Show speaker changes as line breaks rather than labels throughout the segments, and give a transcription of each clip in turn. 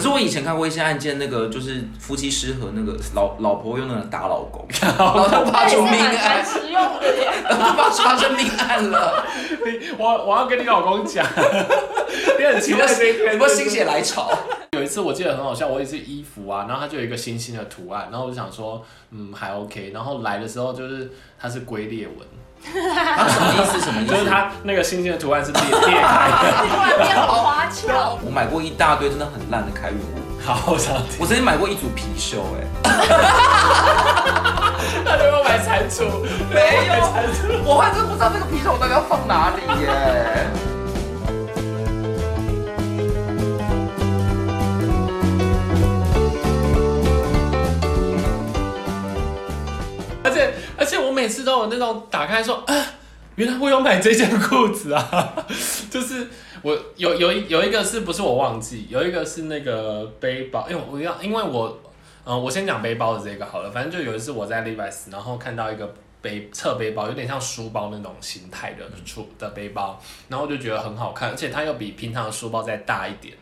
是我以前看过一些案件，那个就是夫妻失和，那个老老婆用那个打老 公，老公发
那也
出
是
命
蛮
案
蛮，实用的耶。
老公发发生命案 了，
你我我要跟你老公 讲，你很奇
你
怪
不
这一
你
天
不心血来潮，
有一次我记得很好笑，我也是衣服啊，然后它就有一个星星的图案，然后我就想说，嗯，还 OK。然后来的时候就是它是龟裂纹，
啊什么意思？什么意
就是
思？
它那个星星的图案是裂裂开的。
突然变好花俏，
我买过一大堆真的很烂的开运物，
好，我想听。
我曾经买过一组貔貅，哎，
他就要买蟾 蜍，
没有
买蟾蜍。
我还真不知道这个貔貅到底要放哪里耶。
而且而且我每次都有那种打开说，啊，原来我有买这件裤子啊， 就是我有有一有一个是不是我忘记，有一个是那个背包，因为我要因为我，嗯、我先讲背包的这个好了，反正就有一次我在 Levi's，然后看到一个。背侧背包有点像书包那种形态的
嗯
出的背包，然后我就觉得很好看，而且它又比平常的书包再大一点，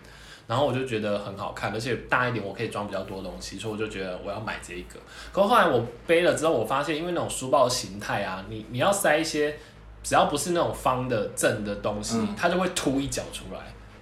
然后我就觉得很好看，而且大一点我可以装比较多东西，所以我就觉得我要买这一个。可后来我背了之后，我发现因为那种书包的形态啊，你你要塞一些，只要不是那种方的正的东西，
嗯
它就会凸一角出来，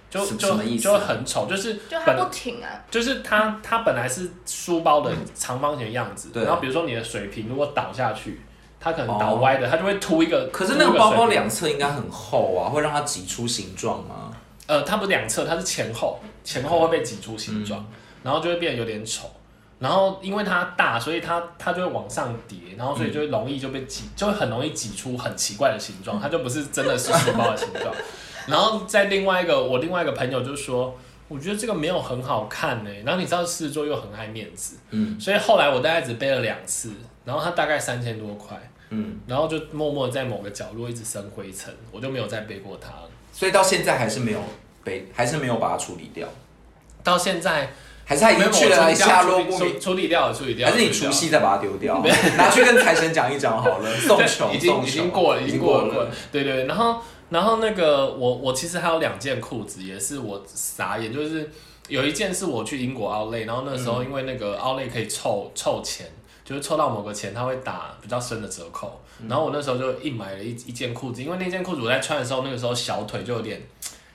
就
什什
就
么意思
就很丑，就是
就它
本
不挺啊，
就是它，它本来是书包的长方形的样子，
对
然后比如说你的水瓶如果倒下去，它可能
哦
倒歪的，它就会凸一 个。
可是那个包包
凸一水瓶，
两侧应该很厚啊，会让它挤出形状吗？
呃，它不是两侧，它是前后，前后会被挤出形状，然后就会变得有点丑。然后因为它大，所以它它就会往上叠，然后所以就会容易就被挤，就会很容易挤出很奇怪的形状，它就不是真的是书包的形状。然后在另外一个我另外一个朋友就说，我觉得这个没有很好看呢、欸然后你知道狮子座又很爱面子，
嗯
所以后来我大概只背了两次，然后它大概三千多块，
嗯，
然后就默默在某个角落一直生灰尘，我就没有再背过它了。
所以到现在还是没有被，还是没有把它处理掉，
到现在，
还是它已经去了下落不
处理
明，
处理掉了，处理掉
还
了。
是你
处理
除
掉了
夕再把它丢 掉，拿去跟财神讲一讲好了，送穷
已经
送
已
穷，
经过了，已经过了，
已
过了。对对对，然后然后那个我我其实还有两件裤子也是我傻眼，就是有一件是我去英国奥莱，然后那时
嗯
候因为那个奥莱可以凑凑钱。就是凑到某个钱，他会打比较深的折扣。
嗯
然后我那时候就硬买了一一件裤子，因为那件裤子我在穿的时候，那个时候小腿就有点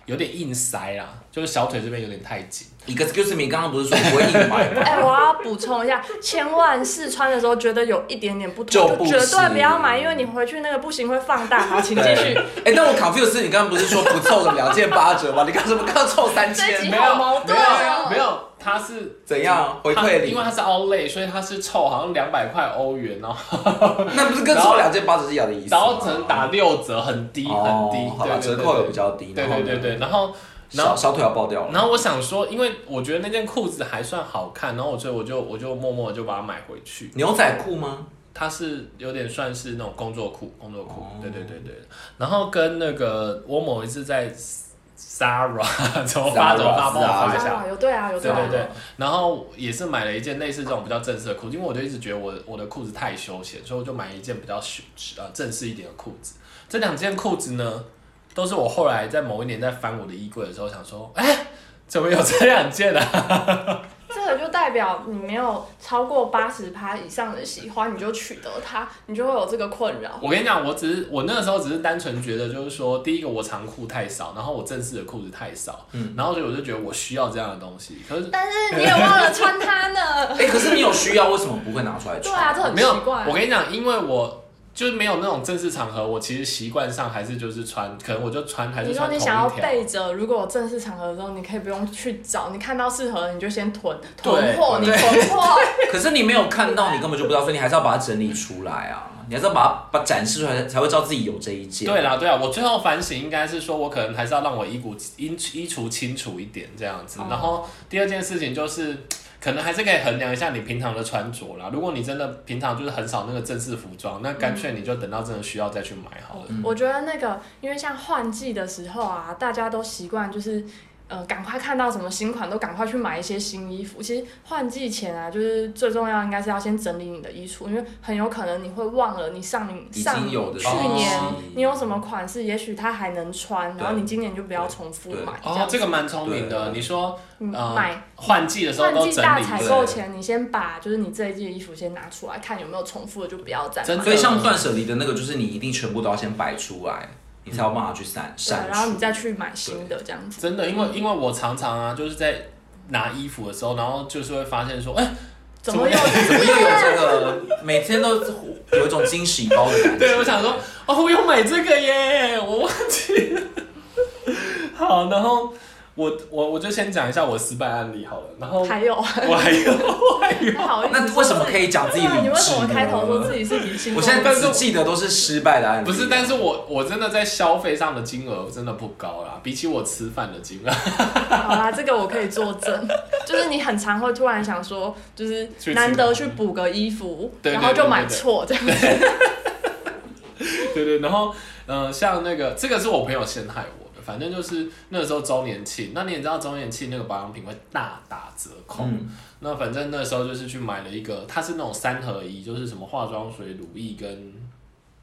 有点硬塞啦，就是小腿这边有点太紧。
Excuse me，刚刚不是说不会硬买 吗？
哎、我要补充一下，千万试穿的时候觉得有一点点不
就
妥，
不
就绝对不要买，
是
因为你回去那个不行会放大。好，请
对
继续。。
哎、但我 confuse 是你刚刚不是说不凑什么两件八折吗？你刚什么刚凑三
这
千
集
没？有
好矛
没
盾哦
有没有，他是
怎样回馈
它因
礼
为？它是 Outlet，所以它是凑好像两百块欧元，然后
那不是跟凑两件八折是一样的意思吗？
然后只能打六折，很低很
哦
低，
好吧，
对
折扣有比。较低。
对
然后
对
呢
对对，对然后然
小
后
小腿要爆掉了。
然后我想说，因为我觉得那件裤子还算好看，然后我所以我就我就默默地就把它买回去。
牛仔裤吗？
它是有点算是那种工作裤，工作裤
哦，
对对对对。然后跟那个我某一次在 Zara 怎么发
Zara，
怎么发，帮我发一下
啊。有对啊，有
对
啊。
对对，然后也是买了一件类似这种比较正式的裤子，因为我就一直觉得我我的裤子太休闲，所以我就买一件比较休呃正式一点的裤子。这两件裤子呢，都是我后来在某一年在翻我的衣柜的时候想说，哎、怎么有这两件啊？
这个就代表你没有超过八十趴以上的喜欢，你就取得它，你就会有这个困扰。
我跟你讲，我只是我那个时候只是单纯觉得，就是说，第一个我长裤太少，然后我正式的裤子太少，嗯，然后所以我就觉得我需要这样的东西，可是
但是你也忘了穿它呢。
哎、可是你有需要，为什么不会拿出来
对
穿？
啊，这很
没
奇
有，
怪。
我跟你讲，因为我就是没有那种正式场合，我其实习惯上还是就是穿，可能我就穿还是
你说
穿同
你
一
想要
条。
备着，如果有正式场合的时候，你可以不用去找，你看到适合的你就先囤
对
囤货，你
对
囤货。
可是你没有看到，你根本就不知道，所以你还是要把它整理出来啊！你还是要把它把展示出来，才会知道自己有这一件。
对啊啦，对啦，我最后反省应该是说，我可能还是要让我衣骨衣衣橱清楚一点这样子。
哦
然后第二件事情就是，可能还是可以衡量一下你平常的穿着啦。如果你真的平常就是很少那个正式服装，那干脆你就等到真的需要再
嗯
去买好了。
我觉得那个，因为像换季的时候啊，大家都习惯就是呃，赶快看到什么新款都赶快去买一些新衣服。其实换季前啊，就是最重要应该是要先整理你的衣橱，因为很有可能你会忘了你上你
已
上
经有的
去
东西
年你有什么款式，也许它还能穿，然后
对
你今年就不要重复
对
买。
哦
样，
这
子
个蛮聪明的。
对
你说
嗯
呃
买
换季的时候
换
都
季
整
大
理
采
对
购前，你先把就是你这一季的衣服先拿出来看有没有重复的，就不要再
真
买。啊
所以像断舍离的那个，就是你一定全部都要先摆出来，你才有办法去散
对啊
删
然后你
除。
再去买新的这样子。
真的，因为因为我常常啊，就是在拿衣服的时候，然后就是会发现说，哎、
怎么又
怎么又有这个？每天都有一种惊喜包的感觉。
对，我想说，哦，我有买这个耶， 我忘记了。 好，然后我我我就先讲一下我失败案例好了，然后
还有？
我还 有我还有，
还好意思
那
说
为什么
自己
可以讲自己
对啊你
理
为什
智
么
呢
开头说自己是理性？
我现在只记得都是失败的案例。
不是，但是我我真的在消费上的金额真的不高啦，比起我吃饭的金额，
好啦，这个我可以作证，就是你很常会突然想说，就是
去吃
难得去补个衣服，
对对
然后就
对
买
对对
错这样。
对对，然后嗯、呃像那个这个是我朋友陷害我的，反正就是那时候周年庆，那你也知道周年庆那个保养品会大打折扣，
嗯，
那反正那时候就是去买了一个，它是那种三合一，就是什么化妆水、乳液跟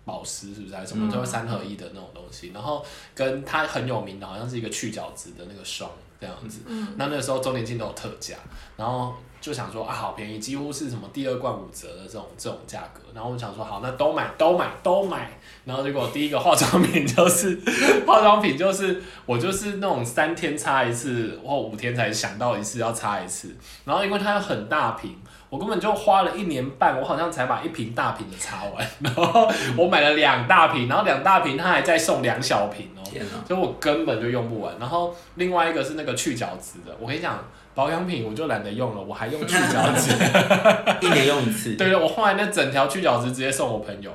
保湿，是不是？还是什
嗯
么就会三合一的那种东西。然后跟它很有名的，好像是一个去角质的那个霜这样子。那那时候周年庆都有特价，然后就想说啊，好便宜，几乎是什么第二罐五折的这种这种价格。然后我想说好，那都买都买都买。然后结果第一个化妆品就是 化妆品就是我就是那种三天擦一次或五天才想到一次要擦一次，然后因为它有很大瓶，我根本就花了一年半，我好像才把一瓶大瓶的擦完， 然后我买了两大瓶，然后两大瓶它还再送两小瓶哦，
天哪！
所以我根本就用不完。然后另外一个是那个去角质的，我跟你讲，保养品我就懒得用了，我还用去角质。
一年用一次。
对了，我后来那整条去角质直接送我朋友，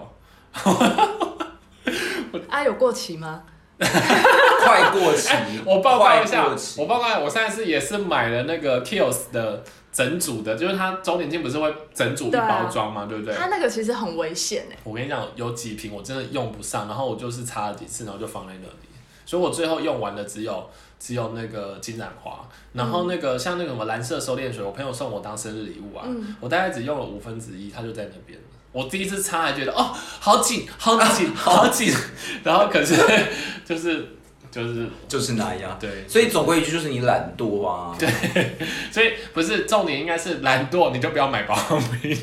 啊，有过期吗？
快过期
哎，我报告一
快
下
过，期
我报告一下，我上一次也是买了那个 Kills 的整组的，就是它周年庆不是会整组一
对啊
包装嘛，对不对？
它那个其实很危险哎、
我跟你讲，有几瓶我真的用不上，然后我就是擦了几次，然后就放在那里，所以我最后用完的只有只有那个金盏花，然后那个、像那个什么蓝色收敛水，我朋友送我当生日礼物啊，
嗯
我大概只用了五分之一，它就在那边了。我第一次擦还觉得哦，好紧，好紧，好紧，然后可是就是就是
就是那样。
对，
所以总归一句就是你懒惰啊。对。
所以不是重点，应该是懒惰，你就不要买保养品，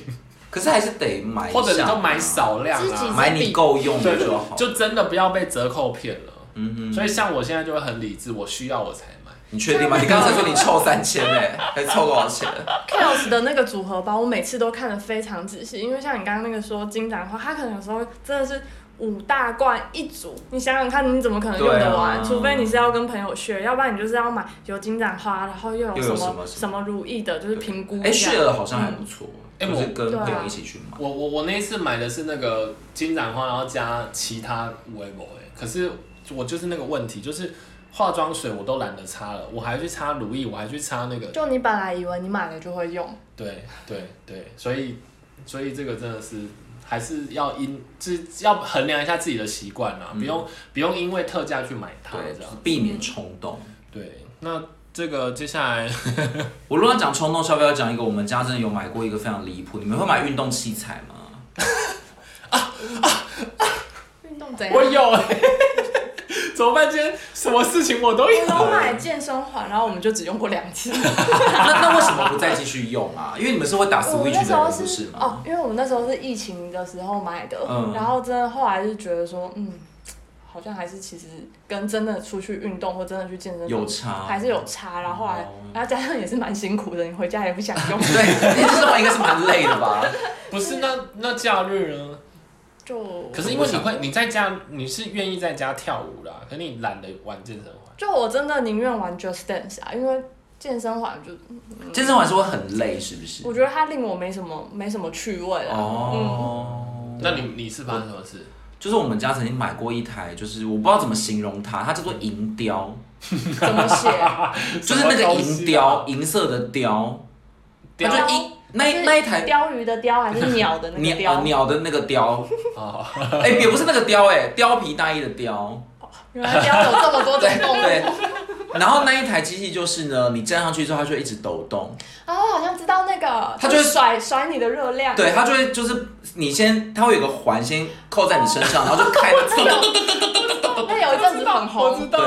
可是还是得买一下，
或者你就买少量
自己
啊，
买你够用的就好。
就真的不要被折扣骗了。
嗯哼，
所以像我现在就会很理智，我需要我才买。
你确
啊
定吗？你刚才说你凑三千哎，还凑多少钱？
Kills 的那个组合包，我每次都看得非常仔细，因为像你刚刚那个说金盏花，它可能有时候真的是五大罐一组，你想想看你怎么可能用
对啊
得完？除非你是要跟朋友 share，要不然你就是要买有金盏花，然后又有
又
什
有
么
什么
什么如意的，就是评估一
哎，
下。
雪儿好像还不错，
哎
就是
我
跟
对啊
朋友一起去买。
我我我那一次买的是那个金盏花，然后加其他微博哎，可是我就是那个问题，就是化妆水我都懒得擦了，我还去擦乳液，我还去擦那个，
就你本来以为你买了就会用，
对对对，所以所以这个真的是还是要因，就是要衡量一下自己的习惯啦，
嗯
不用不用因为特价去买它
对，就
这
是
样。
避免冲动。
对，那这个接下来
我如果要讲冲动消费，要讲一个我们家真的有买过一个非常离谱。你们会买运动器材吗？
运动怎样？
我有 哎、怎么办？今天什么事情我都有。
都买健身环，然后我们就只用过两次。
那那为什么不再继续用啊？因为你们是会打
我们那
Switch
时
的
候
人，不是
哦
吗？，
因为我们那时候是疫情的时候买的，
嗯
然后真的后来就觉得说，嗯，好像还是其实跟真的出去运动或真的去健身
有
房
差，
还是有差。然后后来
哦，，
然后加上也是蛮辛苦的，你回家也不想 用
对，你这种应该是蛮累的 吧？
不是那那假日呢？
就
可是因为你会你在家，你是愿意在家跳舞啦，可你懒得玩健身环。
就我真的宁愿玩 Just Dance 啊，因为健身环就
健身环是会很累，是不是？
我觉得它令我没什么没什么趣味啊。
哦，
嗯
那你你是发生什么事？
就是我们家曾经买过一台，就是我不知道怎么形容它，它叫做银雕，
嗯怎么写？
就是那个银雕，
什么东西啊，
银色的 雕，它
雕
就一那
是
那一台
鲷鱼的鲷还是鸟的那 个
鸟
雕？
鸟的那个雕，
哦，
哎，也不是那个雕，哎，貂皮大衣的貂，
原来标有这么 多种
对
动物。
对。然后那一台机器就是呢，你站上去之后，它就会一直抖动，
哦，我好像知道那个，
它就会
甩甩你的热量。
对，它就会就是你先，它会有个环先扣在你身上，然后就开，
那有一阵子很
我知
红。
对
道，，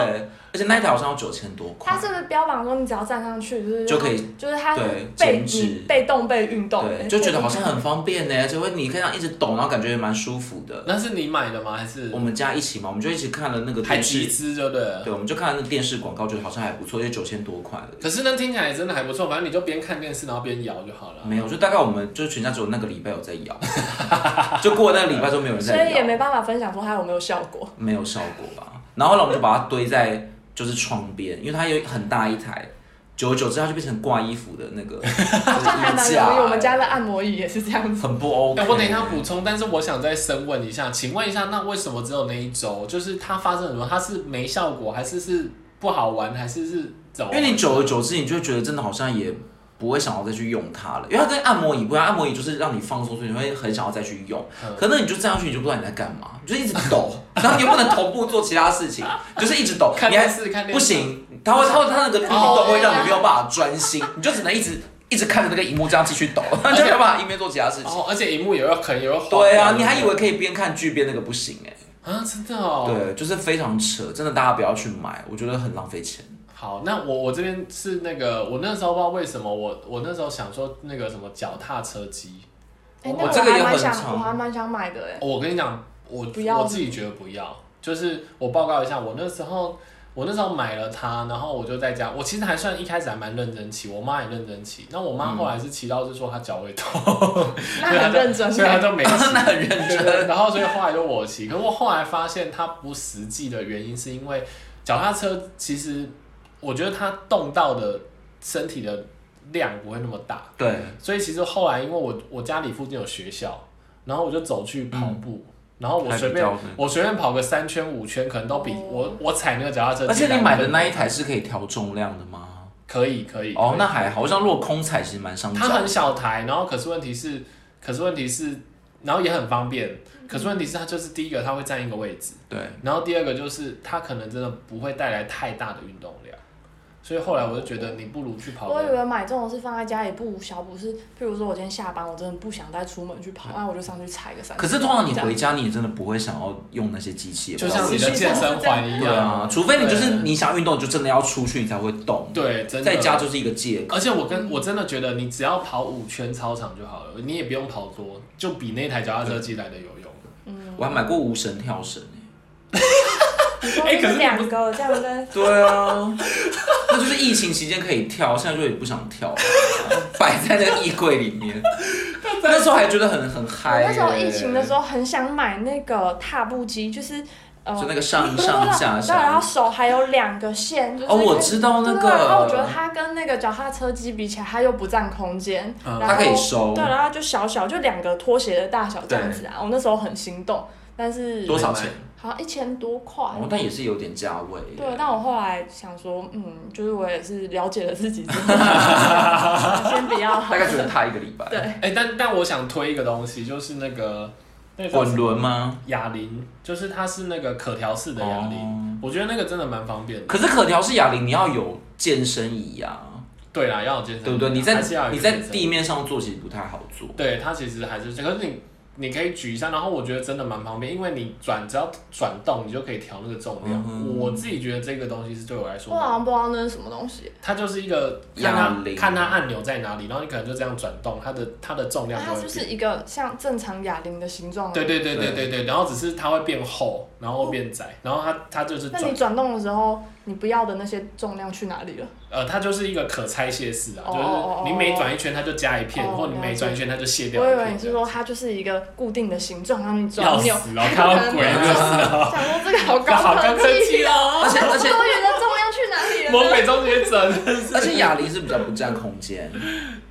而且那一台好像要九千多块
它，是不是标榜说你只要站上去，就是
就可以，
就是它是
对
被
减脂
你被动被运动，
对，就觉得好像很方便呢，就会你可以这样一直抖，然后感觉也蛮舒服的。
那是你买的吗？还是
我们家一起嘛，我们就一起看了那个
还
电
集
视，
资就对了？
对，我们就看了那个电视广告，觉得好像还不错，就九千多块而已
可是那听起来真的还不错，反正你就边看电视然后边摇就好了。
没有，就大概我们就是全家只有那个礼拜有在摇， 就过了那个礼拜就没有人
所
在摇，
以也没办法分享说它有没有效果。
没有效果吧。然后后来我们就把它堆在就是窗边，因为它有很大一台，久而久之它就变成挂衣服的 那个
好像还蛮
衣
容易，
架，
我们家的按摩椅也是这样子。
很不
哎、
OK。
我等一下补充，但是我想再深问一下，请问一下，那为什么只有那一周？就是它发生了什么？它是没效果，还是是不好玩，还是是怎么？
因为你久而久之，你就会觉得真的好像也不会想要再去用它了，因为它跟按摩椅不一样，按摩椅就是让你放松，所以你会很想要再去用。
嗯
可能你就站上去，你就不知道你在干嘛，你就一直 抖，然后你又不能同步做其他事情，就是一直抖，
看
你还
电视看电视
不行，它会它会它那个运动会让你没有办法专心，
哦
你就只能一直一直看着那个荧幕这样继续抖，那就没有办法一边做其他事情。
哦，而哦且荧幕也会可能也会晃
对啊，你还以为可以边看剧边那个不行哎、
啊，真的哦。
对，就是非常扯，真的大家不要去买，我觉得很浪费钱。
好，那我我这边是那个，我那时候不知道为什么，我我那时候想说那个什么脚踏车机，哦
哎，那
我
我
这个
还
也
蛮
很
想，
长
我还蛮想买 的哎。
我跟你讲，我
不要
我自己觉得不要，就是我报告一下，我那时候我那时候买了它，然后我就在家，我其实还算一开始还蛮认真骑，我妈也认真骑，那我妈后来是骑到是说她脚会痛，
那很认真
所以她
欸，
就没骑，
那很认真
对然后所以后来就我骑，可是我后来发现它不实际的原因是因为脚踏车其实我觉得它动到的身体的量不会那么大，
对，
所以其实后来，因为我我家里附近有学校，然后我就走去跑步，然后我随便
还比较
我随便跑个三圈五圈，可能都比、
哦
我我踩那个脚踏车。
而且你买的那一台是可以调重量的吗？
可以可以
哦
可，以
那还好，我想如果空踩其实蛮伤
它
脚
很。小台，然后可是问题是，可是问题是，然后也很方便，可是问题是它就是第一个它会占一个位置，
对，
然后第二个就是它可能真的不会带来太大的运动量，所以后来我就觉得你不如去跑
我以
个。
为买这种是放在家里不无小补，是譬如说我今天下班我真的不想再出门去跑，那我就上去踩个三。
嗯可是通常你回家，你也真的不会想要用那些机器，
就
不知道
像
为
你
什
的
么
健身环一
对啊，
样，
除非你就
对
是你想运动，就真的要出去你才会动，
对，真的
在家就是一个借口。
而且我跟我真的觉得，你只要跑五圈操场就好了，你也不用跑多，就比那台脚踏车机来的有用。
我还买过无绳跳绳欸
你说
哎
就
可是
是
你
两个这样跟
对啊， 那就是疫情期间可以跳，现在就也不想跳了， 摆在那个衣柜里 面。那时候还觉得很很
我
嗨、欸。
那时候疫情的时候很想买那个踏步机，就是呃，
就那
你
个上上下
对，然
下。
后手还有两个线，就是
哦，我知道那
对然后我觉得
个，
它跟那个脚踏车机比起来，它又不占空间，
嗯
然后
它可以收
对，然后就小小，就两个拖鞋的大小这样子啊。我那时候很心动，但是
多少钱？
好像一千多块。
哦，但也是有点价位。
嗯
啊
对，但我后来想说，嗯，就是我也是了解了自己之后， 先比较好
大。概只能踏一个礼拜。
对，
哎、但但我想推一个东西，就是那个那个叫
滚
什么
轮吗？
哑铃，就是它是那个可调式的哑铃，
哦
我觉得那个真的蛮方便的。
可是可调式哑铃，你要有健身椅啊，
对啦，要有健身，
对不对？你在
还是要有一
你
个
在
健身
地面上做其实不太好做。
对它其实还是，可是你你可以举一下，然后我觉得真的蛮方便，因为你转只要转动，你就可以调那个重量。
嗯哼
我自己觉得这个东西是对我来说
我好像不知道那是什么东西，
它就是一个看
哑
它
铃
看它按钮在哪里，然后你可能就这样转动，它的它的重量
它
就会
就
变。
是一个像正常哑铃的形状。
对对对对
对
对对，然后只是它会变厚，然后变窄，然后它它就是
那
转
你，转动的时候，你不要的那些重量去哪里了？
呃，它就是一个可拆卸式啊，
哦
就
哦哦
是你每转一圈它就加一片，
哦
或你每转一圈它就卸掉
我以
一
为你
片
是
这样。
说它就是一个固定的形状，然后你转
要
扭。
死了，看到
就
鬼
是
了，
想说这个好
好
高
高科技
技哦，
哦！
而且而且
多元的重量去哪里了呢？
我每周学整，
而且哑铃是比较不占空间，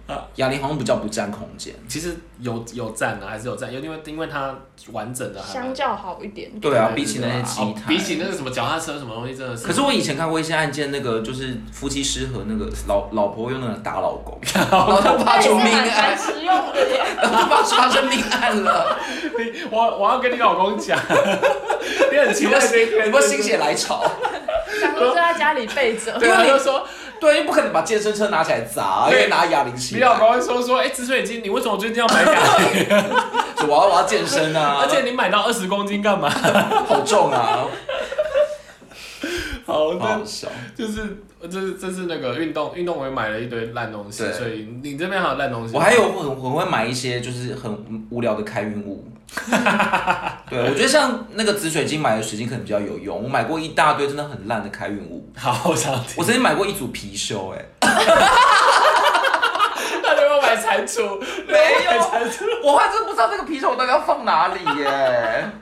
啊
哑铃好像比较不占空间。
其实有有站啊，还是有站，因为因为因为它完整的还蛮
相较好一点。
对啊
对
比起那些机
哦
台
比起那个什么脚踏车什么东西，真的 是。
可是我以前看过一些案件，那个就是夫妻失和，那个老老婆用那个打老 公，然后就
它
发
也是
出命
蛮
案
蛮，实用的 耶。
然后就发发生命案了。
我我要跟你老公讲，你也很期待这一天。
有没有心血来潮？
想说就在家里备着。
对，他啊就说
对，又不可能把健身车拿起来砸，因
对
为拿哑铃起
李老
来，
高会说说，哎、紫水晶，你为什么最近要买哑铃？
就我要我要健身 啊，
而且你买到二十公斤干嘛？
好重啊，好
好
好笑。
就是这是这是那个运动运动，我也买了一堆烂东西，
对
所以你这边还有烂东西。
我还有很很会买一些就是很无聊的开运 物。对，我觉得像那个紫水晶买的水晶可能比较有用。我买过一大堆真的很烂的开运物，
好，我想听
我。曾经买过一组貔貅、哎，
那你有没有买蟾蜍？
没有
买蟾蜍。
我还真不知道这个貔貅我到底要放哪里耶、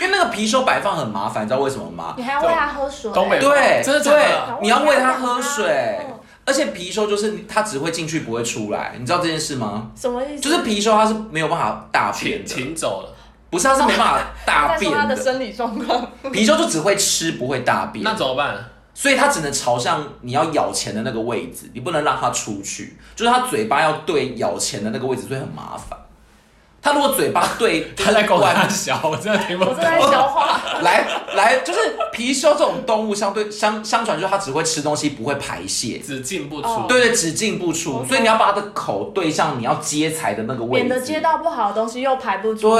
因为那个貔貅摆放很麻烦，你知道为什么吗
你？还要喂它喝水。
东北
对，
真的假的
对
然后，
你要喂它
还
喝水
哦，
而且貔貅就是它只会进去不会出来，你知道这件事吗？
什么意思？
就是貔貅它是没有办法大便
请
的，
请走了，
不是它是没办法大
在
便
说它的
的，
生理状况。
貔貅就只会吃不会大便
那，怎么 办？
所以它只能朝向你要咬钱的那个位置，你不能让它出去，就是它嘴巴要对咬钱的那个位置，所以很麻烦。它如果嘴巴对，
他在跟我
外
大小，我真的听不
我
懂
正。在 消化，
来来，就是貔貅这种动物，相对相相传就是它只会吃东西，不会排泄。
只进不
哦
出。
对对，只进不出，
OK
所以你要把它的口对向你要接财的那个位
免得
置。
接到不好的东西又排不出。
对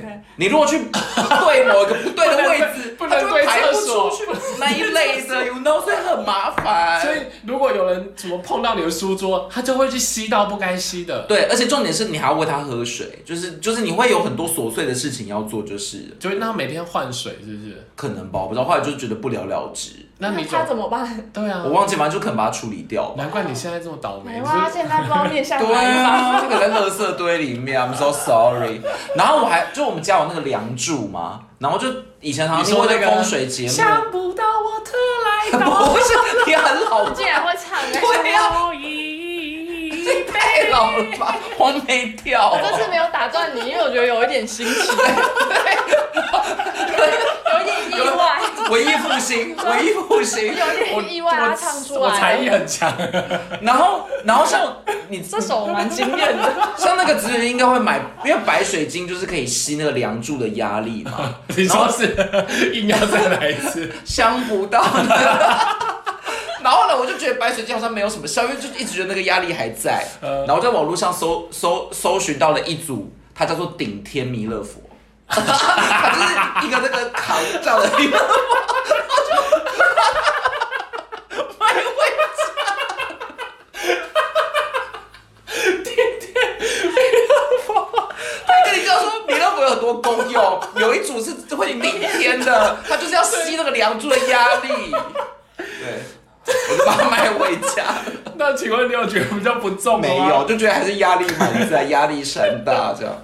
OK
你如果去对某一个不对的位置，
不能
它就会
不能对
排
厕
不出
所
去那一类的，you know，所以很麻烦。
所以如果有人怎么碰到你的书桌，他就会去吸到不该吸的，
对，而且重点是你还要喂它喝水，就是就是你会有很多琐碎的事情要做，就是了
就会让他每天换水，是不是？
可能吧，我不知道，后来就觉得不了了之，
那你
它
怎
怎么办？
对啊
我，忘记，反正就可能把它处理掉吧。
难怪你现在这么倒霉。
没啊
你
哇，它
是
现在不知道面向
对
哪一方。
啊，这个在垃圾堆里面，I'm so sorry。然后我还就我们家有那个梁柱嘛，然后就以前常
你
常因
说
为
那
那
个
个风水节目，
想不到我特来 到。
不是你很老，
竟然会唱哎！
对啊
秋意
太老了吧？黄梅调
我这次没有打断你，因为我觉得有一点新奇， 有一点意外，
文艺复兴，文艺复兴。
有一点意外，啊他唱出
我才
来
艺
了。
很强，啊
然后，然后像你
这首我蛮惊艳的，
像那个紫水晶应该会买，因为白水晶就是可以吸那个梁柱的压力嘛。
你说是 硬要再来一次，
想不到的。 然后呢，我就觉得白水晶好像没有什么效，因为就一直觉得那个压力还在。
嗯
然后在网络上搜搜搜寻到了一组，它叫做顶天弥勒佛， 它就是一个那个扛造的弥勒佛。买位置。他跟你讲说，弥勒佛有很多功用，有一组是会顶天的，它就是要吸那个梁柱的压力。对，我就把它买回家。
那请问你有觉得比较不重的
没
吗
有，？就觉得还是压力满载，压力山大这样。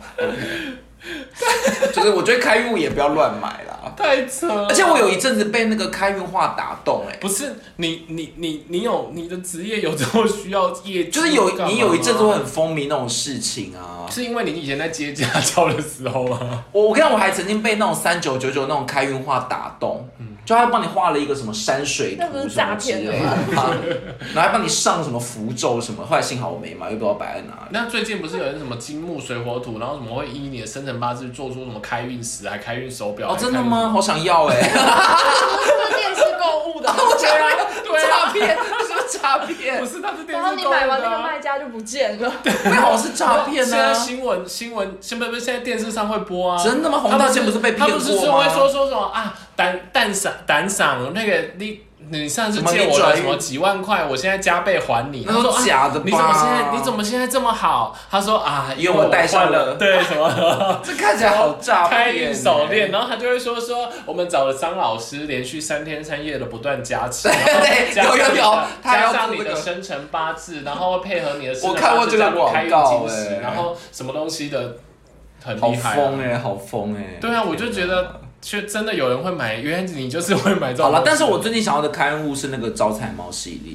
就是我觉得开运物也不要乱买啦，
太扯了。
而且我有一阵子被那个开运画打动、哎，
不是你你你你有你的职业有这么需要业绩
就是有
干嘛吗
你有一阵子会很风靡那种事情啊。
是因为你以前在接家教的时 候吗？
我我跟你讲，我还曾经被那种三九九九那种开运画打动，
嗯
就他帮你画了一个什么山水图
那不是
什么
诈
之类
骗
的
的，
啊 然后还帮你上什么符咒什么。后来幸好我没买，又不知道摆在哪里。
那最近不是有人什么金木水火土，然后什么会依你的生辰八字做出什么开运石，还开运手表？
哦，
还
真的
开运？
吗？好想要哎、
这是电视购物的。
我想 要，
对啊
诈骗，这是不是诈骗
不？是，那是电
然
视
后
购
你
物的啊
买完那个卖家就不见 了，
那好像是诈骗
现在
啊！
新闻新闻，现在不是现在电视上会播啊？
真的吗？
他
红大仙不是被骗
他不是
过
说
吗
会？说说什么啊？胆胆散胆散，那个你你上次
什么
借
你
我的
转
什么几万块，我现在加倍还你。
那
他
都
说啊
假的吧
你怎么现在你怎么现在这么好？他说啊，
因为我戴上
换
了
对什么
这看起来好诈
开
骗欸！
运手链，然后他就会说说我们找了张老师，连续三天三夜的不断加持。
对
加
有有有
上
他还
加
要
上
做
你
这
的
个
生辰八字，然后配合你的生辰
我看过
八字
这个
让你
广
开运
告
金石
欸
然后什么东西的很
好
厉害啊、
疯哎，好疯哎！
对啊，我就觉得，却真的有人会买，原来你就是会买这种。
好了，但是我最近想要的开运物是那个招财猫系列，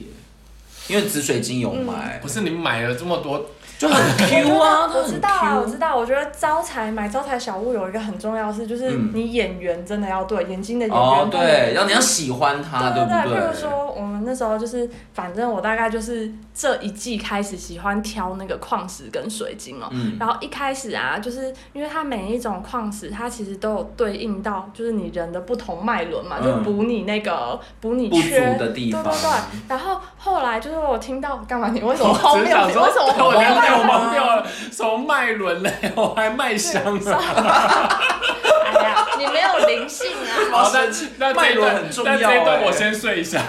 因为紫水晶有买
不，是你买了这么多，
就 很 Q 啊，它
我
很
知道啊，我
Q。
知道。我觉得招财买招财小物有一个很重要的事，就是
嗯
你眼缘真的要对，眼睛的眼
哦
缘，不
啊
能
对，然后你要喜欢它，
对
不
对，譬如说我们那时候就是，反正我大概就是这一季开始喜欢挑那个矿石跟水晶哦、
嗯，
然后一开始啊，就是因为它每一种矿石，它其实都有对应到就是你人的不同脉轮嘛，
嗯
就补你那个补你
不足
缺
的地方
对对对。然后后来就是我听到干嘛你为什么
我
荒
只
谬？
想
你
说，
为什么
我
荒
连
谬？啊
我忘掉了啊什么脉轮嘞，我还 卖香啊呢。
哎呀，你没有灵性啊！
好，那那这
脉
一
轮
段
很重要、
那
欸，
这一段我先睡一下。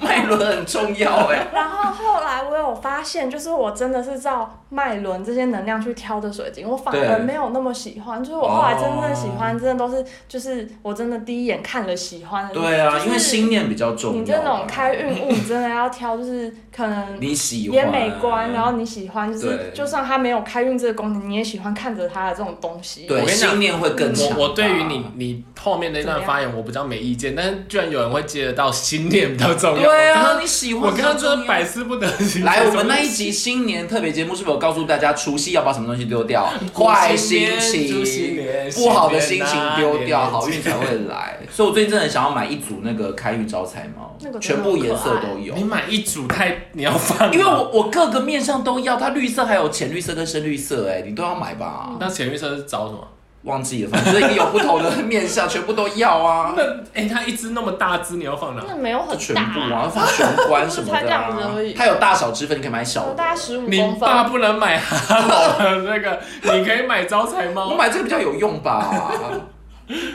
脉轮很重要 哎、
然后后来我有发现，就是我真的是照脉轮这些能量去挑的水晶，我反而
对
没有那么喜欢。就是我后来真正的喜欢，
哦
真的都是就是我真的第一眼看了喜欢的。
对啊，
就是
因为心念比较重要啊。
你这种开运物，你真的要挑，就是可能
你喜欢
也美观，然后你喜欢，就
对
是就算它没有开运这个功能，你也喜欢看着它的这种东西。
对
我跟你讲
心念会更强
我
大。
我对于你你后面那段发言我比较没意见，但是居然有人会接得到心念比较重要。
对
我刚
啊，
刚
你喜欢
我刚刚
这
真的
种
百思不得其解。
来，我们那一集新年特别节目是不是有告诉大家除夕要把什么东西丢 掉？坏心
除夕
情
年、
不好的心
新年
情
啊
丢掉，
年
好运才会来。所以我最近真的很想要买一组那个开运招财猫
那个，真
全
的
部
很可爱
颜色都有
你。买一组太你要放吗，
因为我我各个面上都要，它绿色还有浅绿色跟深绿色，哎，你都要买吧？
那潜玉车是找什么？
忘记了，反正就是有不同的面相，全部都要啊，
那哎，它一只那么大只，你要放哪？
那没有很
全
大
部，啊，放玄关什么
就才这
的
样子
啊
而已。
它有大小之分，你可以买小的。
大概十五
你
公
爸
分。
不能买哈老的那个， 你可以买招财
我
猫，
买这个比较有用 吧？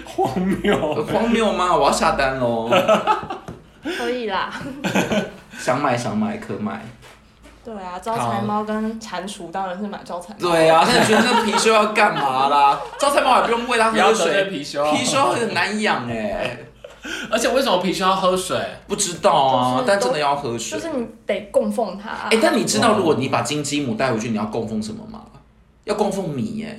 荒谬。
荒谬吗？我要下单 喽！
可以啦。
想买想买可买。
对啊，招财猫跟蟾蜍当然是买招财猫。
对啊，现在觉得这貔貅要干嘛啦？招财猫也不用喂它
不要
喝
得罪
水，
貔
哦
貅，
貔貅很难养哎、
而且为什么貔貅要喝水？
不知道啊
就是，
但真的要喝水
就。是你得供奉它、啊。
哎、但你知道如果你把金鸡母带回去，你要供奉什么吗？要供奉米哎、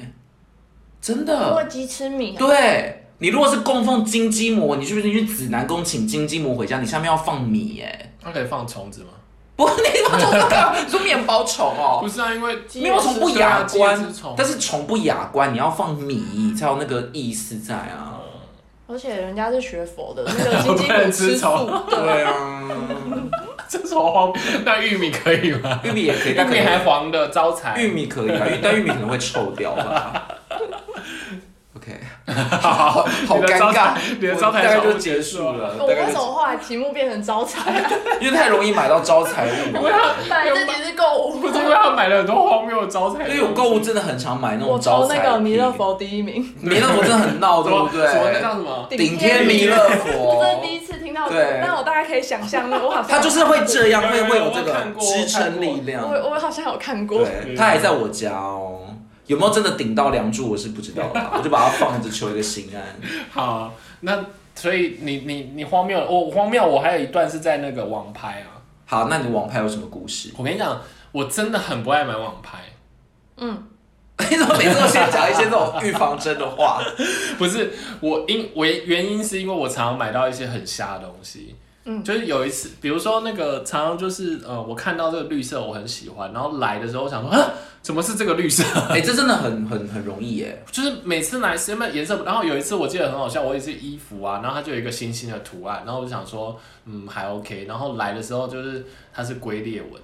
真
因
的。
为鸡吃米、啊。
对你如果是供奉金鸡母，你是不是去指南宫请金鸡母回家？你下面要放米哎、
它可以放虫子吗？
不，你怎么做这个？你说面包虫哦、
不是啊，因为
鸡
面包虫不雅
鸡也
观
是啊虫，
但是虫不雅观，你要放米才有那个意思在啊。
而且人家是学 佛的，那个金鸡 母吃素
不能吃。
对啊，
这是我荒。那玉米可以吗？
玉米也可以，
玉
但可
米
能
还黄的招财，
玉米可以啊，玉但玉米可能会臭掉 吧。OK，
好
好好
你的
尴
招
尬
财，你的
我
招财
大概
招不
就结束了，
我
大
为
概
什
就
么后来题目变成招财、啊？
因为太容易买到招财物
因为
了。
他
本来这题是购物。
不是因为他买了很多荒谬的招 财，
因为我购物真的很常买那
我
种招
抽
财
那个弥勒
品，
佛第一名，
弥勒佛真的很 闹，
什
对不
么什么那
对？
叫什么？
顶天弥勒佛
这是第一次听到，
对
但我大概可以想象，我好像
他就是会这样，会
有有
会有
我
这个
看过
支
我看
撑
过
力量。
我我好像有看过，
对，他还在我家哦。有没有真的顶到梁柱，我是不知道啦，我就把它放着求一个心安。
好，那所以你你你荒谬，我荒谬，我还有一段是在那个网拍啊。
好，那你网拍有什么故事？
我跟你讲，我真的很不爱买网拍，
嗯，
你怎么每次都先讲一些这种预防针的话？
不是我因我原因是因为我常常买到一些很瞎的东西。
嗯
就是有一次，比如说那个常常就是呃，我看到这个绿色我很喜欢，然后来的时候我想说，啊，怎么是这个绿色？
哎、这真的很很很容易耶。
就是每次来什么颜色，然后有一次我记得很好笑，我也是衣服啊，然后它就有一个星星的图案，然后我就想说，嗯，还 OK。然后来的时候就是它是龟裂纹，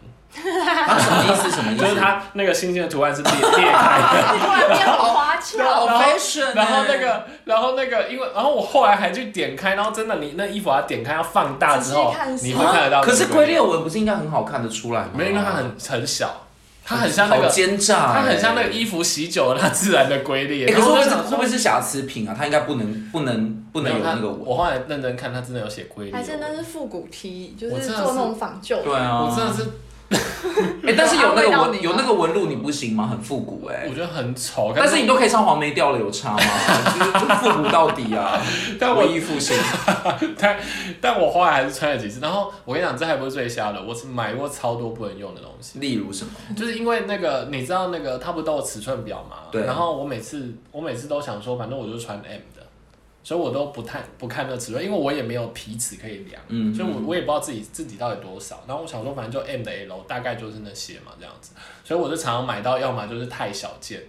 啊，什么意思？什么意思？
就是它那个星星的图案是裂裂开的。
突然变好花
好
俏，
fashion
然后那
耶
个，然后那个，因为然后我后来还去点开，然后真的你那衣服要点开要放大之后
仔细看，是
你
吗
会看得到。
啊可是龟裂，纹不是应该很好看得出来吗？
没有，因为它很很小，它很像那
好
个，
奸诈耶，
它很像那个衣服洗久了它自然的龟裂。
哎、可
然
是
后
会不会是
我就想
会不
说
会是瑕疵品啊？它应该不能不能不能有那
没
个
有它
纹。
我后来认真看，它真的有写龟裂。
还是那是复古 T，就
我
是
真的
做
是
那种仿旧
对
的。
啊，
我真的是，
哎、但是有那个
安慰到你啊
纹
吗
有那个纹路你不行吗？很复古哎、
我觉得很丑。
但是你都可以唱黄梅调了，有差吗？ 就是就是复古到底啊！
但我
文艺复兴，
但但我后来还是穿了几次。然后我跟你讲，这还不是最瞎的，我是买过超多不能用的东西。
例如什么？
就是因为那个，你知道那个，它不都有尺寸表嘛？
对
然后我每次我每次都想说，反正我就穿 M 的，所以我都不太不看那尺寸，因为我也没有皮尺可以量，
嗯
所以我我也不知道自己自己到底多少。然后我想说，反正就 M 的 L 大概就是那些嘛，这样子。所以我就常常买到，要么就是太小件，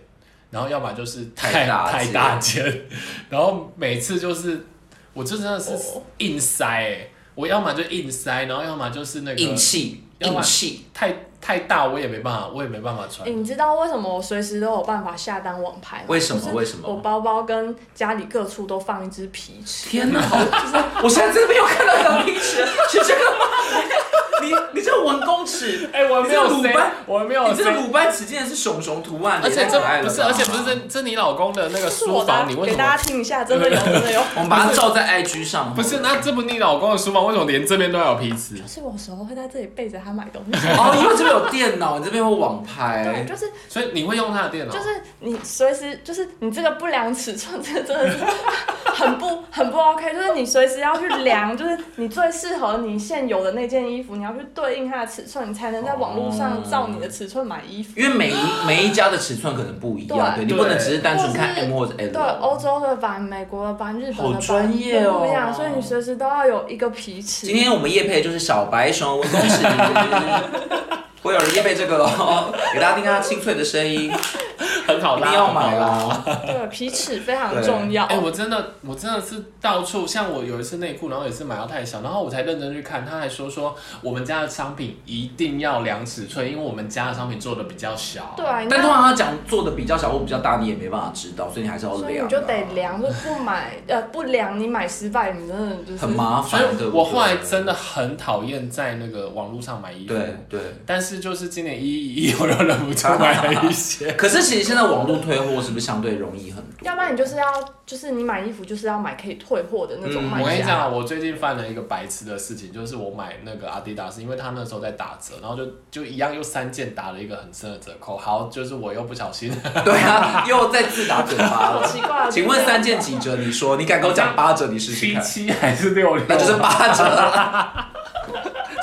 然后要么就是
太
太
大
太
件
大件，然后每次就是我就真的是
哦
硬塞、欸。我要么就硬塞，然后要么就是那个
硬气，
要不
硬
然
气，
太太大，我也没办法，我也没办法穿
欸。你知道为什么我随时都有办法下单网拍吗？
为什么
就是
为什么
我包包跟家里各处都放一只皮尺。
天哪！好我现在真的没有看到羊皮 尺，是这个吗？ 你你这文公尺，
哎、我
没有塞
我没有
你这个鲁班尺竟然是熊熊图案，
而且
也太可爱了
这不是，
吧
而且不是这这你老公的那个
这是
书
我的啊
房，你，为
给
什
大
么
家？听一下，真的有，真的有。
我们把它照在 IG 上。
不是，那这不你老公的书房，为什么连这边都要有皮尺？
就是我有时候会在这里背着他买东西。
哦，因为这边有电脑，你这边有网
对，
拍，
就是
所以你会用他的电脑？
就是你随时就是你这个不良尺寸，这真的是很不 很不 OK。就是你随时要去量，就是你最适合你现有的那件衣服，你要去对应它的尺寸，你才能在网络上照你的尺寸买衣服。
因为每一每一家的尺寸可能不一样，
对
对你不能只是单纯看
或是
M 或者 L。
对，欧洲的版、美国的版、日本的
好
版
专业哦
都不一样，所以你随时都要有一个皮尺。
今天我们夜配就是小白熊文公尺， 会有人夜配这个喽，给大家听听它清脆的声音，一
很好拉，
定要买啊
很好拉。
啦。
对皮尺非常重要。
哎、我真的，我真的是到处，像我有一次内裤，然后也是买到太小，然后我才认真去看，他还说说我们家的商品一定要量尺寸，因为我们家的商品做的比较小。
对啊，你
哎但
那
通常他讲做的比较小或比较大，你也没办法知道，所以你还是要
所以
量啊，
你就得量，就不买呃 不量，你买失败，你真的就是
很麻
所
烦，对
以
不对
我后来真的很讨厌在那个网络上买衣服，
对对。
但是就是今年一一一，我又忍不住买了一 些。
可是其实现在网络退货是不是相对容易很多？
要不然你就是要，就是你买衣服就是要买可以退货的那种
嗯
卖
我跟你
家。
讲，我最近犯了一个白痴的事情，就是我买那个阿迪达斯，因为他那时候在打折，然后就就一样又三件打了一个很深的折扣。好，就是我又不小心，
对啊，又在自打嘴巴
好
了。
奇怪哦。
请问三件几折？你说，你敢跟我讲八折？你试试
七
看，
七还是六 六？
那就是八折 啦。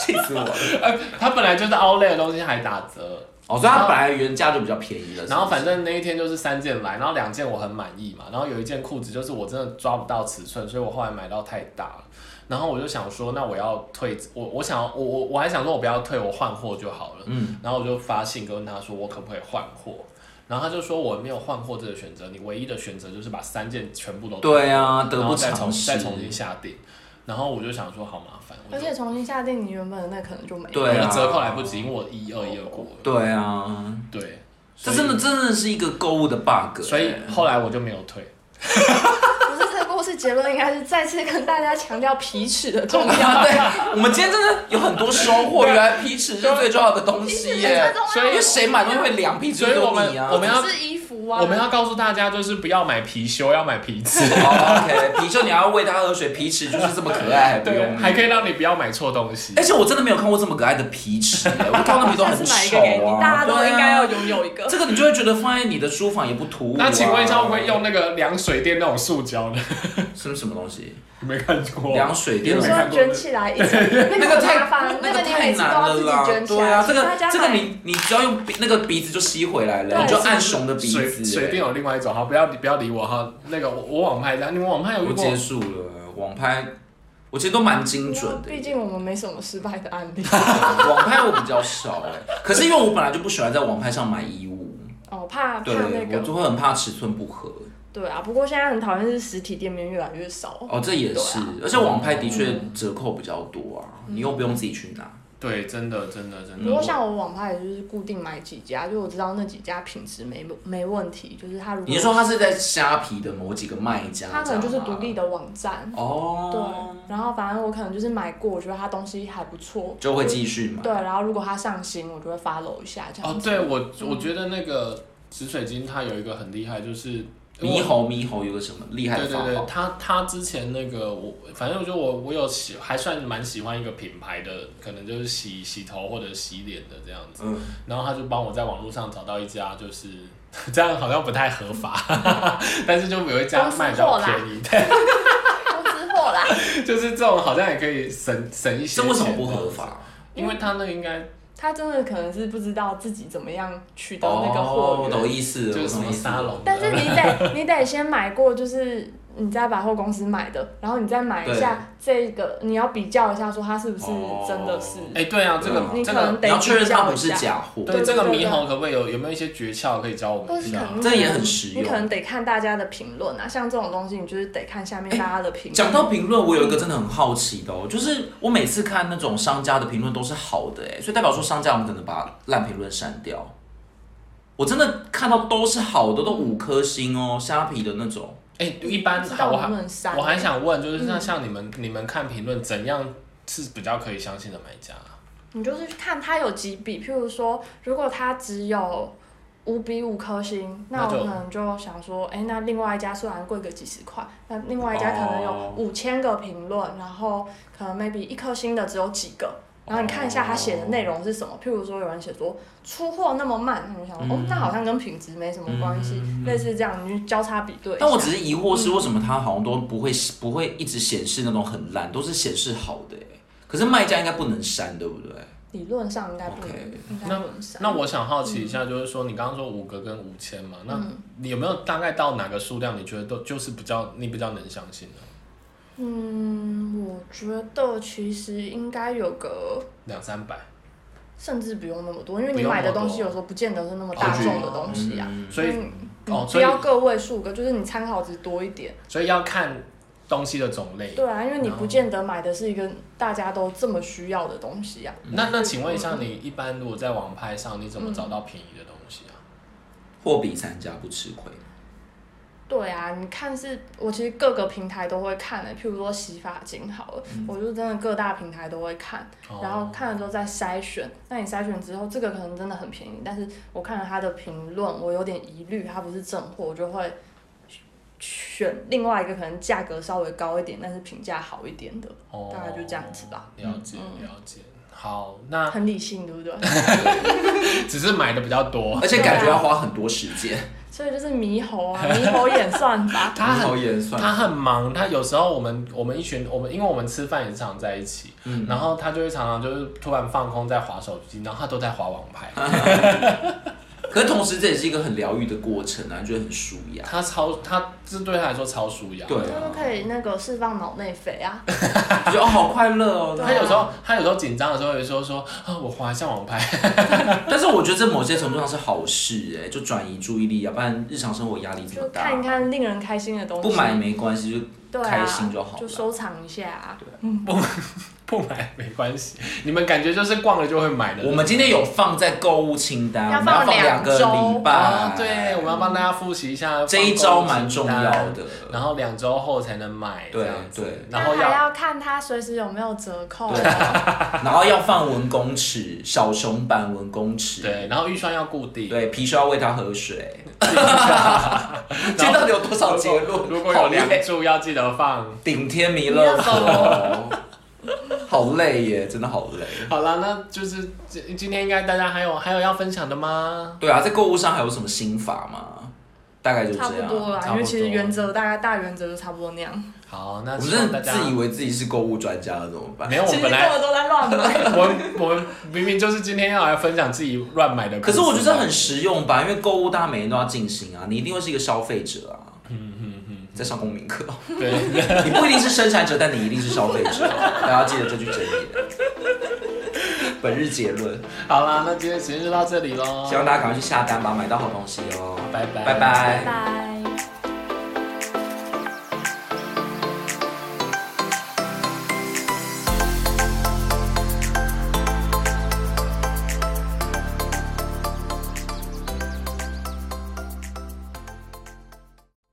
气死我了！
呃，他本来就是 Outlet 的东西还打折，
哦，所以它本来原价就比较便宜了。
然后反
是
正那一天就是三件来，然后两件我很满意嘛，然后有一件裤子就是我真的抓不到尺寸，所以我后来买到太大了。然后我就想说，那我要退，我我想要我我我还想说我不要退，我换货就好了。
嗯，
然后我就发信跟他说我可不可以换货，然后他就说我没有换货这个选择，你唯一的选择就是把三件全部都
不是
退
对啊，得
然后
不
再
偿
重
失。
再重新下定。然后我就想说好麻烦，我
而
就
且重新下定你原本的那可能就没了。
对
我的
啊
折扣来不及，因为我一二一二过了。
对啊，
对，
这
所以
真的真的是一个购物的 bug 欸。
所以后来我就没有退。
不是这个故事结论应该是再次跟大家强调皮尺的 重要。
啊，对，我们今天真的有很多收获。
啊
原来皮尺是最重要的东西耶，
所以
因为谁买东西会量皮尺
所以
只
我
有
们
你啊。
我们要
只是衣服啊。
我们要告诉大家，就是不要买貔貅，要买皮尺。
哦 OK，皮尺你要喂它喝水，皮尺就是这么可爱，还不
对，
用
还可以让你不要买错东西
而。且我真的没有看过这么可爱的皮 尺耶，我看到那皮都
下
很
次
丑
买一个给你，
啊。
大家都
对啊
应该要拥有一个。
这个你就会觉得放在你的书房也不突兀、啊。
那请问一下，会不会用那个凉水垫那种塑胶 的？
什么什么东西？
你没看过？
凉水
你
垫
没
你
吗
说
看
要
过
卷起来一层，啊 那
个
个
太
麻烦，
那
个
个
你
太
每次都
难
要
了
自己
啦，
卷起
对
来。
啊，这
大
个
家
这个
买
你你只要用鼻那个鼻子就吸回来了，
对
你就按熊的鼻子、
水水电
哎
有另外一种，好，不要不要理我哈。那个我我网拍的，你们网拍有
我
遇过？
结束了，网拍我其实都蛮精准的，
毕竟我们没什么失败的案 例。
网拍我比较少哎、可是因为我本来就不喜欢在网拍上买衣 物，
哦，怕怕
对，
那
我
个。
就会很怕尺寸不合。
对啊，不过现在很讨厌是实体店面越来越少。
哦，这也是，
对啊嗯
而且网拍的确折扣比较多啊，你又不用自己去拿。
对，真的真的真
嗯
不过
的。
像我网拍也就是固定买几家，就我知道那几家品质没没问题，就是它如果
你是说它是在虾皮的某几个卖家？
它嗯可能就是独立
的
的网站，对
哦，，
然后反正我可能就是买过，我觉得它东西还不错，
就会继续买。
对，然后如果它上新，我就会 follow 一下这样
哦，
子。
对我我觉得那个紫水晶它有一个很厉害，就是
猕猴，猕猴有个什么厉害
对
的
对
法
对，
宝？
他他之前那个我，反正我觉得我我有喜，还算蛮喜欢一个品牌的，可能就是洗洗头或者洗脸的这样子。
嗯，
然后他就帮我在网络上找到一家，就是 这样好像不太合法， 但是就有一家卖比较便宜，
公司货啦，
对，就是这种好像也可以省省一些。
这为什么不合？法？
因为他那个应该
他真的可能是不知道自己怎么样取得那个货
哦，
源。
懂意思了，
就是什
我懂
么
意思
沙
了
龙，
但是你得你得先买过，就是你在百货公司买的，然后你再买一
对
下这个，你要比较一下，说它是不是
哦
真的是。
哎、对啊，这个、
嗯
你
这
可
个
能，
你
得
要确认它
比
不
较
是
一下
假货，
对
对
这个
对
猕猴
对
可不可以有有没有一些诀窍可以教我
或
们
是
一
可
下？
能
这也很实用
你可能得看大家的评论啊，像这种东西，你就是得看下面大家的评论。
哎讲到评论，我有一个真的很好奇的哦，就是我每次看那种商家的评论都是好的，哎，所以代表说商家我们可能把烂评论删掉。我真的看到都是好的，都五颗星哦，虾皮的那种。
哎、一般
不知
好，
道
我
能不
还
能删
我还想问，就是像
嗯
像你们、你们看评论，怎样是比较可以相信的买家啊？
你就是去看它有几笔，譬如说，如果它只有五比五颗星，那
那
我
就
可能就想说，哎、那另外一家虽然贵个几十块，那另外一家可能
哦
有五千个评论，然后可能 maybe 一颗星的只有几个。然后你看一下它写的内容是
哦
什么，譬如说有人写说出货那么慢，那你想说、哦，那好像跟品质没什么关系，类似这样你去交叉比对一
嗯
下。
但我只是疑惑是为什么它好像都不会不会一直显示那种很烂，都是显示好的哎。可是卖家应该不能删，对不对？
理论上应该不能
OK
应该不能删。
那我想好奇一
嗯
下，就是说你刚刚说五个跟五千嘛，那你有没有大概到哪个数量，你觉得都就是比较你比较能相信的
嗯，我觉得其实应该有个
两三百？
甚至不用那么多，因为
不
你
用
买的
那么
东西
多
有时候不见得是那么大众的东西啊，
嗯
所以
嗯
哦，
不
所以
要个位数个，就是你参考值多一点。
所以要看东西的种类。
对啊，因为你
然后
不见得买的是一个大家都这么需要的东西啊。
那那请问一下，你一般如果在网拍上，你怎么找到便宜的东西啊？
嗯
货比三家不吃亏。
对啊，你看是，我其实各个平台都会看的、譬如说洗发精好了，我就真的各大平台都会看，
哦
然后看了之后再筛选。那你筛选之后，这个可能真的很便宜，但是我看了他的评论，我有点疑虑，它不是正货，我就会选另外一个可能价格稍微高一点，但是评价好一点的，
哦
大概就这样子吧。嗯
了解了解。好，那
很理性，对不对？
只是买的比较多。
而，且感觉要花很多时间，
所以就是猕猴啊， 猕猴演算法
他很
好演算。
他很忙，他有时候我们我们一群我们，因为我们吃饭也是常在一起，
嗯
然后他就会常常就是突然放空在划手机，然后他都在划网 拍，
可是同时这也是一个很疗愈的过程啊，觉得很舒压。
他超他这对他来说超舒压。
对
就是可以那个释放脑内啡啊，
觉得哦好快乐哦。
他有时候他有时候紧张的时候会说说啊，我划一下网拍，
但是我觉得这某些程度上是好事哎、就转移注意力，要不然日常生活压力这么
就
大。
看一看令人开心的东西。
不买没关系，就
对啊，
开心就好了。
就收藏一下、啊。
不买没关系。你们感觉就是逛了就会买的。
我们今天有放在购物清单，
要
我们要
放
放两个
两周
礼拜、
啊，对，我们要帮大家复习一下
这一招蛮重要的。
啊然后两周后才能买这
对
样子
对，
然后
那还
要
要看它随时有没有折扣、
对然后要放文公尺，小熊版文公尺，
对，然后预算要固定。
对，貔貅要喂它喝水。 今
然
天
后
到底有多少结论？
如果
好
有
累
梁祝要记得放。
顶天弥勒佛，好累耶，真的好累。
好了，那就是今今天应该大家还有还有要分享的吗？
对啊，在购物上还有什么心法吗？大概就
差
这
不
样。
多啦，
差不多
因为其实原则大概大原则就差不多那样。
好，那
我们
希望
真
大
的
家
自以为自己是购物专家了，怎么办？
没有，我
其实
本
这
来
么多在乱买，
我们我们明明就是今天要来分享自己乱买的故
可
事，
是我觉得这很实用吧，因为购物大家每天都要进行啊，你一定会是一个消费者啊。
嗯
在上公民课，
对。
你不一定是生产者，但你一定是消费者。大家记得这句箴言。本日结论，
好啦，那今天时间就到这里喽
希，望大家赶快去下单吧，买到好东西哦。
拜拜
拜拜
拜。